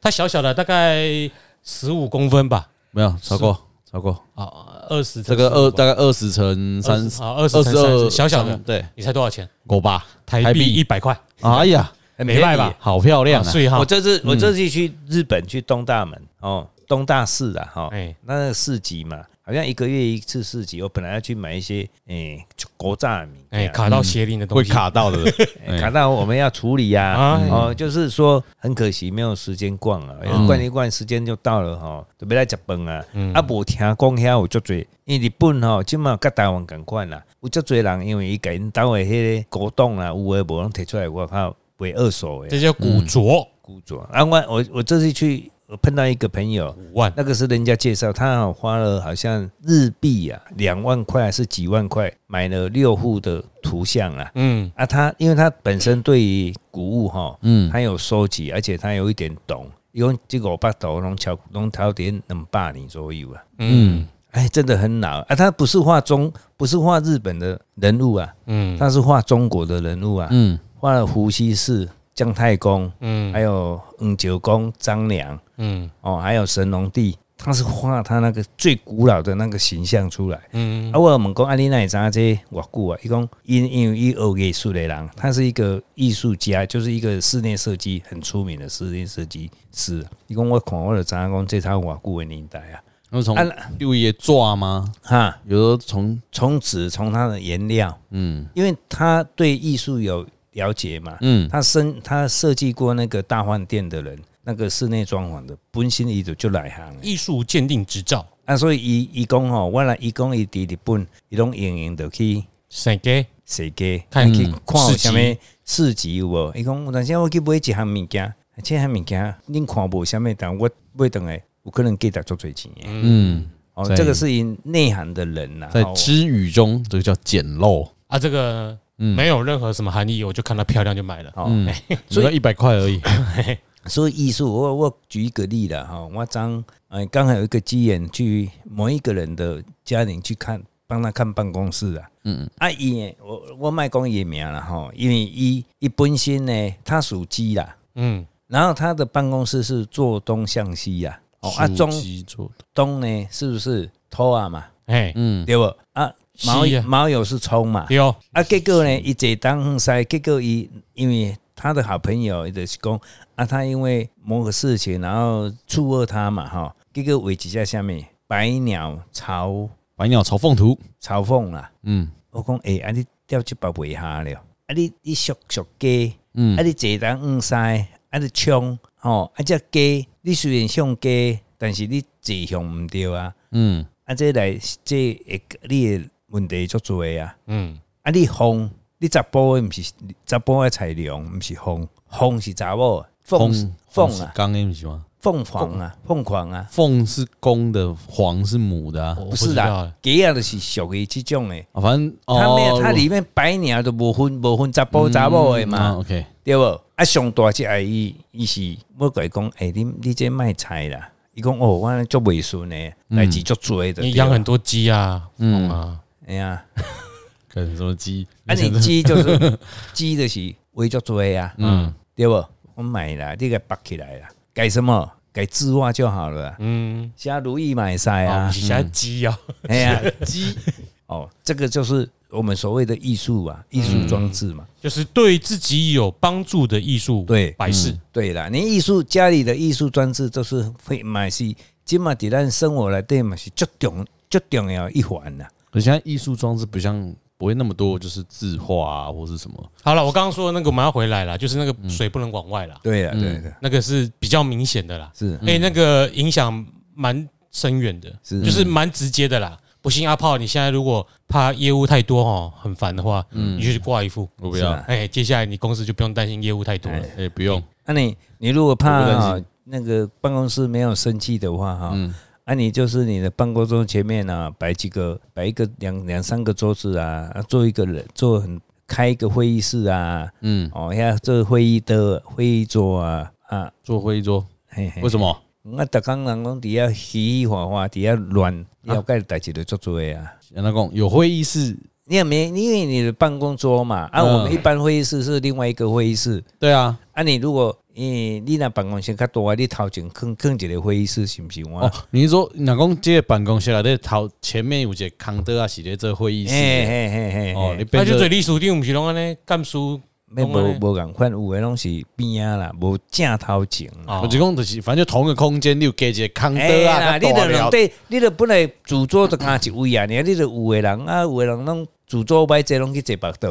Speaker 2: 它小小的，大概十五公分吧，
Speaker 1: 没有超过，超过
Speaker 2: 啊，二十
Speaker 1: 这个二大概二十乘三十，
Speaker 2: 啊，二十乘32小小的，
Speaker 1: 对，
Speaker 2: 你猜多少钱？
Speaker 1: 狗吧，
Speaker 2: 台币一百块，
Speaker 1: 哎呀，
Speaker 3: 很
Speaker 2: 没卖
Speaker 3: 便宜
Speaker 2: 吧？
Speaker 1: 好漂亮啊！
Speaker 2: 所以哈
Speaker 3: 我，这次我这次去日本去东大门哦，东大寺啊哈
Speaker 2: 哎，
Speaker 3: 那个市集嘛，好像一个月一次市集。我本来要去买一些诶国炸的米，
Speaker 2: 哎，卡到邪灵的东
Speaker 1: 会
Speaker 2: 西，
Speaker 1: 卡到的，
Speaker 3: 哎卡到我们要处理呀、啊
Speaker 2: 哎，
Speaker 3: 哦，就是说很可惜没有时间逛啊，
Speaker 2: 嗯
Speaker 3: 逛一逛时间就到了哈，准备来食饭啊，啊，无听讲遐有足多，因为日本吼，即嘛甲台湾共款啦，啊有足多人因为伊甲因兜的迄个古董啊，有诶无拢摕出来外口卖二手
Speaker 2: 这
Speaker 3: 的
Speaker 2: 叫古着，
Speaker 3: 古着啊，我我我这次去我碰到一个朋友，
Speaker 1: 嗯
Speaker 2: 五万，
Speaker 3: 那个是人家介绍，他好花了好像日币啊两万块还是几万块买了六户的图像啊。
Speaker 2: 嗯，
Speaker 3: 啊，他因为他本身对于古物哈，
Speaker 1: 嗯
Speaker 3: 他有收集，而且他有一点懂，因为这个我爸头龙桥龙头点能霸你左右啊，
Speaker 1: 嗯，
Speaker 3: 哎，真的很老啊。他不是画中，不是画日本的人物啊，
Speaker 2: 嗯
Speaker 3: 他是画中国的人物啊，
Speaker 1: 嗯
Speaker 3: 画了伏羲氏、姜太公，
Speaker 2: 嗯
Speaker 3: 还有恩九公、张良
Speaker 2: 嗯
Speaker 3: 哦，还有神农帝，他是画他那个最古老的那个形象出来。
Speaker 2: 嗯，
Speaker 3: 啊，我有问讲，啊，你哪会知影这偌久啊？伊讲，因因为伊学艺术的人，他是一个艺术家，就是一个室内设计很出名的室内设计师。伊讲，我看我就知影讲，这他偌久的年代啊，
Speaker 1: 那从
Speaker 3: 啊
Speaker 1: 六爷抓吗？
Speaker 3: 哈，
Speaker 1: 有时候从
Speaker 3: 从此从他的颜料，
Speaker 1: 嗯
Speaker 3: 因为他对艺术有了解嘛，
Speaker 1: 嗯
Speaker 3: 他生他设计过那个大饭店的人，那个室内装潢的，本身伊就就来行。
Speaker 2: 艺术鉴定执照，
Speaker 3: 啊，所以伊伊讲吼，我来伊讲伊伫日本，伊拢用用着去。
Speaker 2: 谁给？
Speaker 3: 设计，
Speaker 2: 看
Speaker 3: 看去看
Speaker 2: 市
Speaker 3: 有啥
Speaker 2: 集
Speaker 3: 物市集有无？伊讲，有当时我去买一项物件，这项物件恁看无啥物，但我买倒来有可能价值足侪钱的。
Speaker 1: 嗯，
Speaker 3: 哦，
Speaker 1: 在
Speaker 3: 这个是因内涵的人呐、
Speaker 1: 在
Speaker 3: 哦
Speaker 1: 知语中，这个叫简陋。
Speaker 2: 啊，这
Speaker 3: 嗯
Speaker 2: 个没有任何什么含义，我就看它漂亮就买了。
Speaker 3: 哦，
Speaker 1: 嗯，所以一百块而已。
Speaker 3: 所以艺术，我我举一个例了哈，我刚哎刚好有一个机缘去某一个人的家里去看，帮他看办公室啊，嗯，啊伊我我卖讲伊名了哈，因为伊伊本身呢，他属鸡啦，
Speaker 2: 嗯，
Speaker 3: 然后他的办公室是坐东向西呀、啊，哦啊中
Speaker 2: 属鸡座的，
Speaker 3: 东呢是不是偷啊嘛，
Speaker 2: 哎，
Speaker 1: 嗯，
Speaker 3: 对不啊？毛
Speaker 2: 西啊
Speaker 3: 毛友是冲嘛，
Speaker 2: 有，
Speaker 3: 啊，结果呢，伊坐当塞，结果伊因为他的好朋友就是讲啊，他因为某个事情，然后触恶他嘛，哈，结果为几下下面百鸟朝
Speaker 1: 百鸟朝凤图，
Speaker 3: 朝凤啦，
Speaker 1: 嗯
Speaker 3: 我讲诶、欸啊你掉去把围下了，啊你你俗俗鸡，
Speaker 1: 嗯
Speaker 3: 啊你坐当五塞，啊你冲，吼，啊只鸡，你虽然向鸡，但是你坐向毋对啊，
Speaker 1: 嗯，
Speaker 3: 啊这来这会你的问题足多啊。
Speaker 2: 嗯，
Speaker 3: 啊，你风，你查甫的毋是查甫的菜量，毋是风，风是查某的，凤是凤
Speaker 1: 嗯是
Speaker 3: 啊，
Speaker 1: 刚那不是吗？
Speaker 3: 凤凰啊，凤凰啊，
Speaker 1: 凤是公的，凰是母的啊，
Speaker 2: 我
Speaker 3: 不
Speaker 2: 知
Speaker 3: 是
Speaker 2: 道
Speaker 3: 啦
Speaker 2: 欸，，
Speaker 3: 鸡啊就是属于即种的，
Speaker 1: 啊反正
Speaker 2: 哦
Speaker 3: 它没有，它
Speaker 1: 里
Speaker 3: 里面百鸟都无分无分查甫查某的
Speaker 2: 嗯
Speaker 3: 嘛，
Speaker 1: 哦，OK，
Speaker 3: 对无？啊，上大只的伊伊是，我甲伊讲，诶、你你这卖菜啦，伊讲哦，我足袂顺的，代志足多
Speaker 2: 嗯
Speaker 3: 的，
Speaker 2: 你养很多鸡啊，嗯啊，
Speaker 3: 哎呀，
Speaker 1: 可能什么鸡，
Speaker 3: 啊，你鸡就是 鸡就是为足多的啊，
Speaker 1: 嗯
Speaker 3: 对不？我买啦，你给绑起来啦，改什么？改字画就好了啦。
Speaker 2: 嗯，
Speaker 3: 虾如意买晒
Speaker 2: 啊，
Speaker 3: 啊
Speaker 2: 不，是现在鸡啊，
Speaker 3: 哎呀，
Speaker 1: 鸡，
Speaker 3: 哦，这个就是我们所谓的艺术啊，艺术装置嘛。
Speaker 2: 就是对自己有帮助的艺术
Speaker 3: 对
Speaker 2: 摆饰，
Speaker 3: 对啦，你艺术家里的艺术装置都是会买是，今嘛在咱生活来对嘛是最重最重要的一环啦。
Speaker 1: 可现在艺术装置不像不会那么多，就是字画啊或是什么，
Speaker 2: 好了，我刚刚说的那个我们要回来了，就是那
Speaker 3: 嗯
Speaker 2: 个水不能往外啦，
Speaker 3: 对
Speaker 1: 嗯
Speaker 3: 啦，对的，
Speaker 2: 那个是比较明显的啦，
Speaker 3: 是嗯
Speaker 2: 哎、那个影响蛮深远的，
Speaker 3: 是嗯
Speaker 2: 就是蛮直接的啦。不信阿炮，你现在如果怕业务太多哦，很烦的话，
Speaker 3: 嗯
Speaker 2: 你就去挂一副。
Speaker 1: 我不
Speaker 3: 是
Speaker 1: 要，
Speaker 3: 啊
Speaker 2: 哎、接下来你公司就不用担心业务太多了。
Speaker 1: 哎，不用，
Speaker 3: 啊你你如果怕
Speaker 1: 我不担心嗯
Speaker 3: 啊那个办公室没有生气的话哈，啊你就是你的办公桌前面呢、摆几个摆一个两两三个桌子啊，啊做一个人做很开一个会议室啊，
Speaker 1: 嗯，
Speaker 3: 哦要做会议的会议桌啊啊，
Speaker 1: 做会议桌，
Speaker 3: 嘿嘿
Speaker 1: 为，什么？
Speaker 3: 我逐工人拢底下稀稀哗哗底下乱，要盖代志就做做的啊。
Speaker 1: 那公有会议室，
Speaker 3: 你也没，因为你的办公桌嘛，啊，
Speaker 1: 嗯
Speaker 3: 我们一般会议室是另外一个会议室，
Speaker 1: 对啊，
Speaker 3: 啊，你如果你你那办公室较大，你头前坑坑一个会议室行不行？我
Speaker 1: 哦，你是说若讲这个办公室内底头前面有一个康德啊，是咧这会议室
Speaker 3: 嘿
Speaker 1: 的，
Speaker 3: 嘿嘿嘿，
Speaker 1: 哦，
Speaker 3: 哦，
Speaker 1: 你
Speaker 2: 那
Speaker 3: 你
Speaker 1: 变
Speaker 2: 就
Speaker 1: 成
Speaker 2: 嘴里属定，我们是拢安尼干书
Speaker 3: 没
Speaker 2: 懂
Speaker 3: 无
Speaker 2: 了
Speaker 3: 无共款，有诶拢是边啊啦，无正头前啦。
Speaker 2: 啊
Speaker 1: 我就讲就是，反正就同一个空间，你有加一个康德
Speaker 3: 哎
Speaker 1: 啊，
Speaker 3: 啦你
Speaker 1: 较大
Speaker 3: 著
Speaker 1: 了
Speaker 3: 两对，你著本来主桌著干一位啊，你你著有诶人啊，有诶人拢主桌摆坐拢去坐白桌，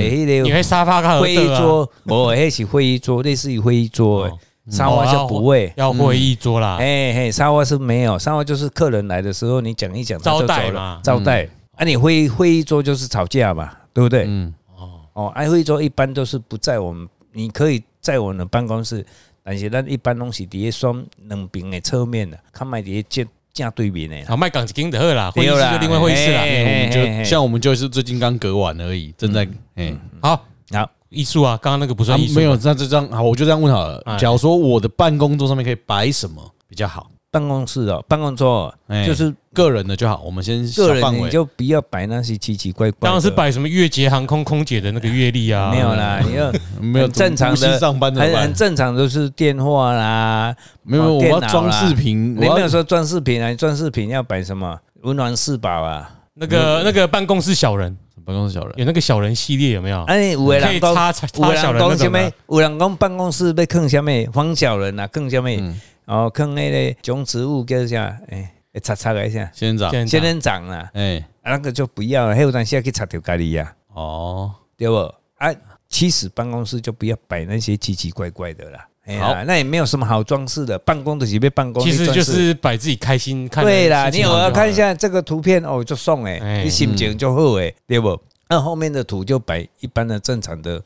Speaker 2: 你
Speaker 3: 迄
Speaker 2: 会沙发看
Speaker 3: 个会议桌，无迄是会议桌，类似于会议桌诶
Speaker 2: 啊哦，
Speaker 3: 沙发就不会。
Speaker 2: 啊要会议桌啦。
Speaker 3: 哎嘿，沙发是没有，沙发就是客人来的时候，你讲一讲，他就
Speaker 2: 招待
Speaker 3: 走了
Speaker 2: 嘛嗯
Speaker 3: 招待。啊，你会会议桌就是吵架嘛，对不对？
Speaker 1: 嗯，
Speaker 3: 哦，啊，会议桌一般都是不在我们，你可以在我们的办公室，但是咱一般拢是伫咧双两边的侧面的，看卖伫咧正正对面的啦。
Speaker 2: 好，卖港一间就好啦，会
Speaker 3: 对
Speaker 2: 议
Speaker 3: 啦
Speaker 2: 室就另外会议室啦。嗯
Speaker 3: 哎
Speaker 1: 我们
Speaker 3: 嘿嘿嘿
Speaker 1: 就
Speaker 3: 嗯
Speaker 1: 像我们就是最近刚隔完而已，正在哎，
Speaker 2: 嗯好，
Speaker 3: 好，
Speaker 2: 艺术啊，刚刚那个不
Speaker 1: 啊
Speaker 2: 算艺术，
Speaker 1: 没有，那就这样好，我就这样问好了。
Speaker 2: 哎
Speaker 1: 假如说我的办公桌上面可以摆什么比较好？
Speaker 3: 办公室哦，办公桌哦、
Speaker 1: 哎
Speaker 3: 就是
Speaker 1: 个人的就好，我们先小
Speaker 3: 个人
Speaker 1: 范
Speaker 3: 你
Speaker 1: 围。
Speaker 3: 就不要摆那些奇奇怪怪的。
Speaker 2: 当然是摆什么月捷航空空姐的那个月历啊，
Speaker 3: 没有啦，你要
Speaker 1: 没有
Speaker 3: 很正常
Speaker 1: 无薪
Speaker 3: 的
Speaker 1: 上班怎么
Speaker 3: 很很
Speaker 1: 办？
Speaker 3: 正常，都是电话啦。
Speaker 1: 没有，没有我
Speaker 3: 电
Speaker 1: 要
Speaker 3: 脑啦
Speaker 1: 装饰
Speaker 2: 嗯
Speaker 1: 品，我
Speaker 3: 你没有
Speaker 1: 要
Speaker 3: 说装饰品啊？装饰品要摆什么？文玩四宝啊？
Speaker 2: 那个那个办公室小人
Speaker 1: 办公室小人
Speaker 2: 有那个小人系列有没有？
Speaker 3: 哎，有的
Speaker 2: 哦可以
Speaker 3: 人讲，
Speaker 2: 插插
Speaker 3: 有
Speaker 2: 插
Speaker 3: 的
Speaker 2: 小
Speaker 3: 人
Speaker 2: 人那
Speaker 3: 讲什
Speaker 2: 种啊
Speaker 3: 么
Speaker 2: 的。？
Speaker 3: 有人讲办公室被坑什么？黄小人啊，坑什么？
Speaker 2: 嗯
Speaker 3: 哦，坑那个种植物叫啥？哎，擦擦一下，
Speaker 1: 仙人掌，
Speaker 2: 仙人
Speaker 3: 仙人掌啦，
Speaker 1: 哎，
Speaker 3: 啊那个就不要了。还有当下去擦掉咖喱呀，
Speaker 1: 哦，
Speaker 3: 对不？啊，其实办公室就不要摆那些奇奇怪怪的啦。哎
Speaker 1: 好
Speaker 3: 呀，那也没有什么好装饰的，办公的随便办公，
Speaker 2: 其
Speaker 3: 你
Speaker 2: 实
Speaker 3: 装
Speaker 2: 就
Speaker 3: 饰
Speaker 2: 是摆自己开心看。
Speaker 3: 对啦，你偶尔看一
Speaker 2: 心
Speaker 3: 下这个图片哦，就送哎、
Speaker 2: 哎嗯
Speaker 3: 你心情就好哎、对不？那后面的图就摆一般的正常的，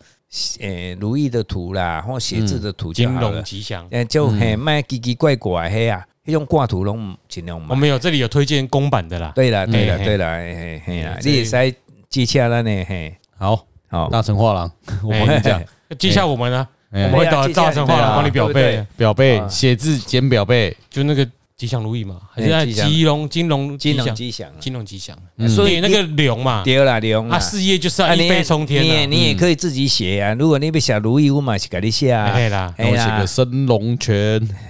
Speaker 3: 诶、如意的图啦，或写字的图就
Speaker 2: 情就好了，金
Speaker 3: 好了
Speaker 2: 融。吉祥。
Speaker 3: 诶、就嘿，卖奇奇怪怪嘿啊，那种挂图拢尽量
Speaker 2: 我
Speaker 3: 买。
Speaker 2: 们有这里有推荐公版的啦，
Speaker 3: 对啦，对啦，
Speaker 2: 嗯嘿嘿
Speaker 3: 对啦，嘿嘿嘿啦
Speaker 2: 嗯，这
Speaker 3: 你也使接洽咱呢嘿，
Speaker 1: 好，
Speaker 3: 好，
Speaker 2: 哎
Speaker 1: 大成画廊，我帮你讲，
Speaker 2: 接下我们呢，
Speaker 1: 哎
Speaker 2: 不会
Speaker 3: 对
Speaker 2: 造
Speaker 3: 啊接下来
Speaker 2: 造成化
Speaker 1: 对
Speaker 2: 了
Speaker 1: 啊
Speaker 2: 帮你表
Speaker 3: 对不对
Speaker 2: 背，
Speaker 1: 表背
Speaker 3: 啊
Speaker 1: 写字减表背，
Speaker 2: 就那个吉祥如意嘛，还是在
Speaker 3: 哎吉祥
Speaker 2: 吉隆金龙
Speaker 3: 金融
Speaker 2: 祥
Speaker 3: 吉祥啊，
Speaker 2: 金龙吉祥，
Speaker 1: 嗯
Speaker 3: 所
Speaker 2: 所
Speaker 3: 以
Speaker 2: 以那个龙嘛，
Speaker 3: 丢啦，丢
Speaker 2: 他
Speaker 3: 啦。
Speaker 2: 事业就是
Speaker 3: 啊
Speaker 2: 要
Speaker 3: 你
Speaker 2: 一
Speaker 3: 也
Speaker 2: 飞冲
Speaker 3: 你也
Speaker 2: 天嗯
Speaker 3: 你也可以自己写啊。如果你被写如意，我嘛是给你写
Speaker 2: 啊，
Speaker 3: 啊。
Speaker 2: 对啦，
Speaker 1: 然后写
Speaker 3: 哎
Speaker 1: 个
Speaker 3: 呀
Speaker 1: 升龙拳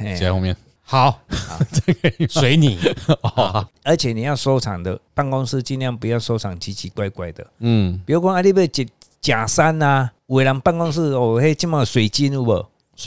Speaker 3: 哎呀
Speaker 1: 写在后面。
Speaker 2: 好， 随你，
Speaker 1: 哦，
Speaker 3: 而且你要收藏的办公室尽量不要收藏奇奇怪怪的，
Speaker 1: 嗯，
Speaker 3: 比如讲啊，你要假假山呐，有的人办公室哦，嘿，这么水晶有无？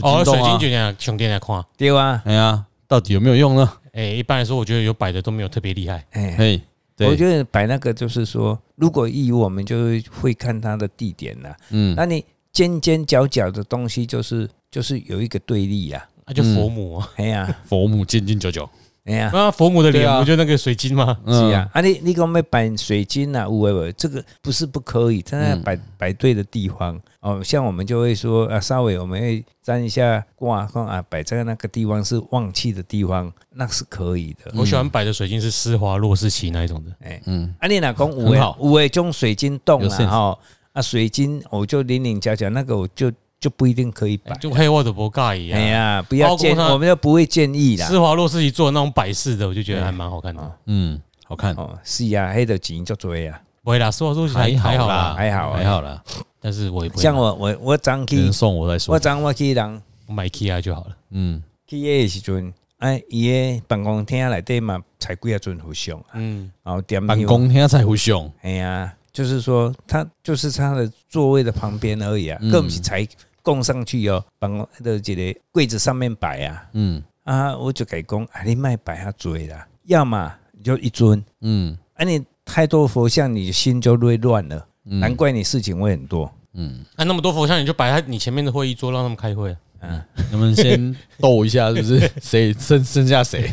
Speaker 2: 哦，水晶
Speaker 1: 卷，
Speaker 2: 就像兄弟来看，
Speaker 3: 对啊，
Speaker 1: 啊哎呀，到底有没有用呢？
Speaker 2: 哎，一般来说，我觉得有摆的都没有特别厉害，
Speaker 3: 哎，
Speaker 1: 嘿，对，
Speaker 3: 我觉得摆那个就是说，如果义乌，我们就会看它的地点啦、
Speaker 1: 嗯，
Speaker 3: 那你尖尖角角的东西，就是就是有一个对立呀、
Speaker 2: 那就佛母啊，
Speaker 3: 啊，哎呀，
Speaker 1: 佛母尖尖角角，
Speaker 3: 哎呀，
Speaker 2: 那佛母的
Speaker 1: 对啊
Speaker 2: 脸不就那个水晶吗？
Speaker 1: 嗯
Speaker 3: 是啊，啊你你讲要摆水晶啊，有诶无？这个不是不可以，但
Speaker 1: 嗯
Speaker 3: 是要摆摆对的地方哦。像我们就会说啊，稍微我们会占一下卦，看啊摆在那个地方是旺气的地方，那是可以的。
Speaker 2: 我喜欢摆的水晶是施华洛世奇那一种的，
Speaker 3: 哎、
Speaker 1: 嗯
Speaker 3: 啊你若讲有
Speaker 1: 很
Speaker 3: 诶
Speaker 1: 好
Speaker 3: 有诶种水晶洞
Speaker 1: 有
Speaker 3: 啊
Speaker 1: sense
Speaker 3: 吼，啊水晶我就零零角角那个我就就不一定可以摆。
Speaker 1: 啊
Speaker 2: 就黑沃的博盖一
Speaker 3: 哎
Speaker 2: 样。
Speaker 3: 呀，不要
Speaker 2: 包括
Speaker 3: 建，
Speaker 2: 它
Speaker 3: 我们就不会建议啦。
Speaker 2: 施华洛世奇做的那种摆饰的，我就觉得还蛮好看的。
Speaker 1: 嗯，好看，
Speaker 3: 哦，是啊，黑的钱就多
Speaker 1: 啊
Speaker 3: 呀，
Speaker 2: 不会啦，施华洛世奇还还好啦，
Speaker 3: 还好啊
Speaker 1: 还。好啦，
Speaker 2: 但是我也不会
Speaker 3: 像
Speaker 2: 买，
Speaker 3: 我我我昨
Speaker 1: 有
Speaker 3: 去
Speaker 1: 人，送我再
Speaker 3: 我
Speaker 1: 说。
Speaker 3: 昨我去人。
Speaker 2: 我买 Kia 就好了。
Speaker 1: 嗯，
Speaker 3: 去夜的时阵，哎，伊的办公厅内底嘛，采几啊尊佛像，
Speaker 2: 嗯，
Speaker 3: 然后点
Speaker 1: 办
Speaker 3: 香，
Speaker 1: 公天才互相，
Speaker 3: 哎呀，就是说他就是他的座位的旁边而已啊，
Speaker 1: 嗯
Speaker 3: 更不是才供上去哦，办公的一个柜子上面摆啊，
Speaker 1: 嗯
Speaker 3: 啊，我就给讲，啊，你卖摆啊多啦，要么你就一尊，
Speaker 1: 嗯
Speaker 3: 啊，你太多佛像，你心就会乱了，
Speaker 1: 嗯
Speaker 3: 难怪你事情会很多，
Speaker 1: 嗯，
Speaker 2: 啊那那么多佛像，你就摆在你前面的会议桌，让他们开会。啊
Speaker 3: 啊
Speaker 1: 能不能先斗一下，是不是？ 谁剩剩下谁？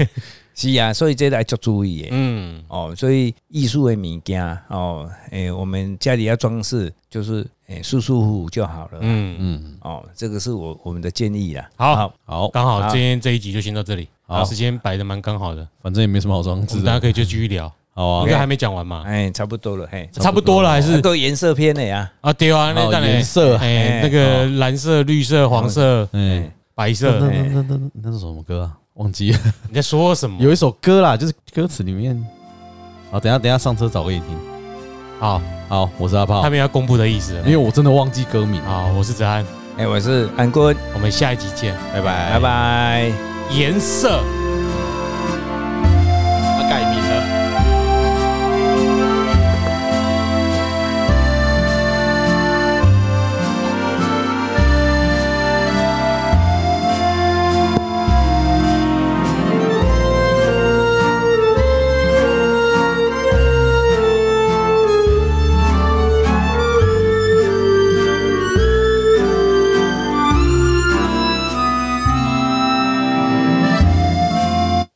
Speaker 3: 是啊，所以这来就注意耶。
Speaker 2: 嗯，
Speaker 3: 哦，所以艺术的物件哦，诶、我们家里要装饰，就是诶、舒舒服服就好了。
Speaker 2: 嗯，
Speaker 1: 嗯，
Speaker 3: 哦，这个是我我们的建议啦。
Speaker 2: 好，
Speaker 1: 好，
Speaker 2: 刚好
Speaker 3: 好
Speaker 2: 今天这一集就先到这里，
Speaker 1: 好
Speaker 2: 时间摆的蛮刚好的，
Speaker 1: 反正也没什么好装
Speaker 2: 我
Speaker 1: 置
Speaker 2: 们大家
Speaker 1: 的，
Speaker 2: 可以就继续聊，
Speaker 1: 好啊
Speaker 2: 应。该还没讲完嘛，
Speaker 3: 哎，差不多了，嘿，
Speaker 2: 差不多了还是
Speaker 3: 够颜色片的呀、
Speaker 2: 啊？对啊，那
Speaker 1: 哦
Speaker 2: 当然
Speaker 1: 颜色
Speaker 2: 哎，
Speaker 3: 哎
Speaker 2: 那个蓝色、绿色、黄色、
Speaker 1: 哎，
Speaker 2: 白
Speaker 1: 那
Speaker 2: 色，
Speaker 1: 那那那那那是什么歌啊？忘记了，
Speaker 2: 你在说什么？
Speaker 1: 有一首歌啦，就是歌词里面。好，等一下等一下上车找给你听。
Speaker 2: 好，
Speaker 1: 好，我是阿炮
Speaker 2: 他，们要公布的意思了
Speaker 1: 因。为我真的忘记歌名。
Speaker 2: 好，我是子安，
Speaker 3: 哎，我是安坤，
Speaker 2: 我们下一集见。
Speaker 1: 拜拜，
Speaker 3: 拜拜。
Speaker 2: 颜色。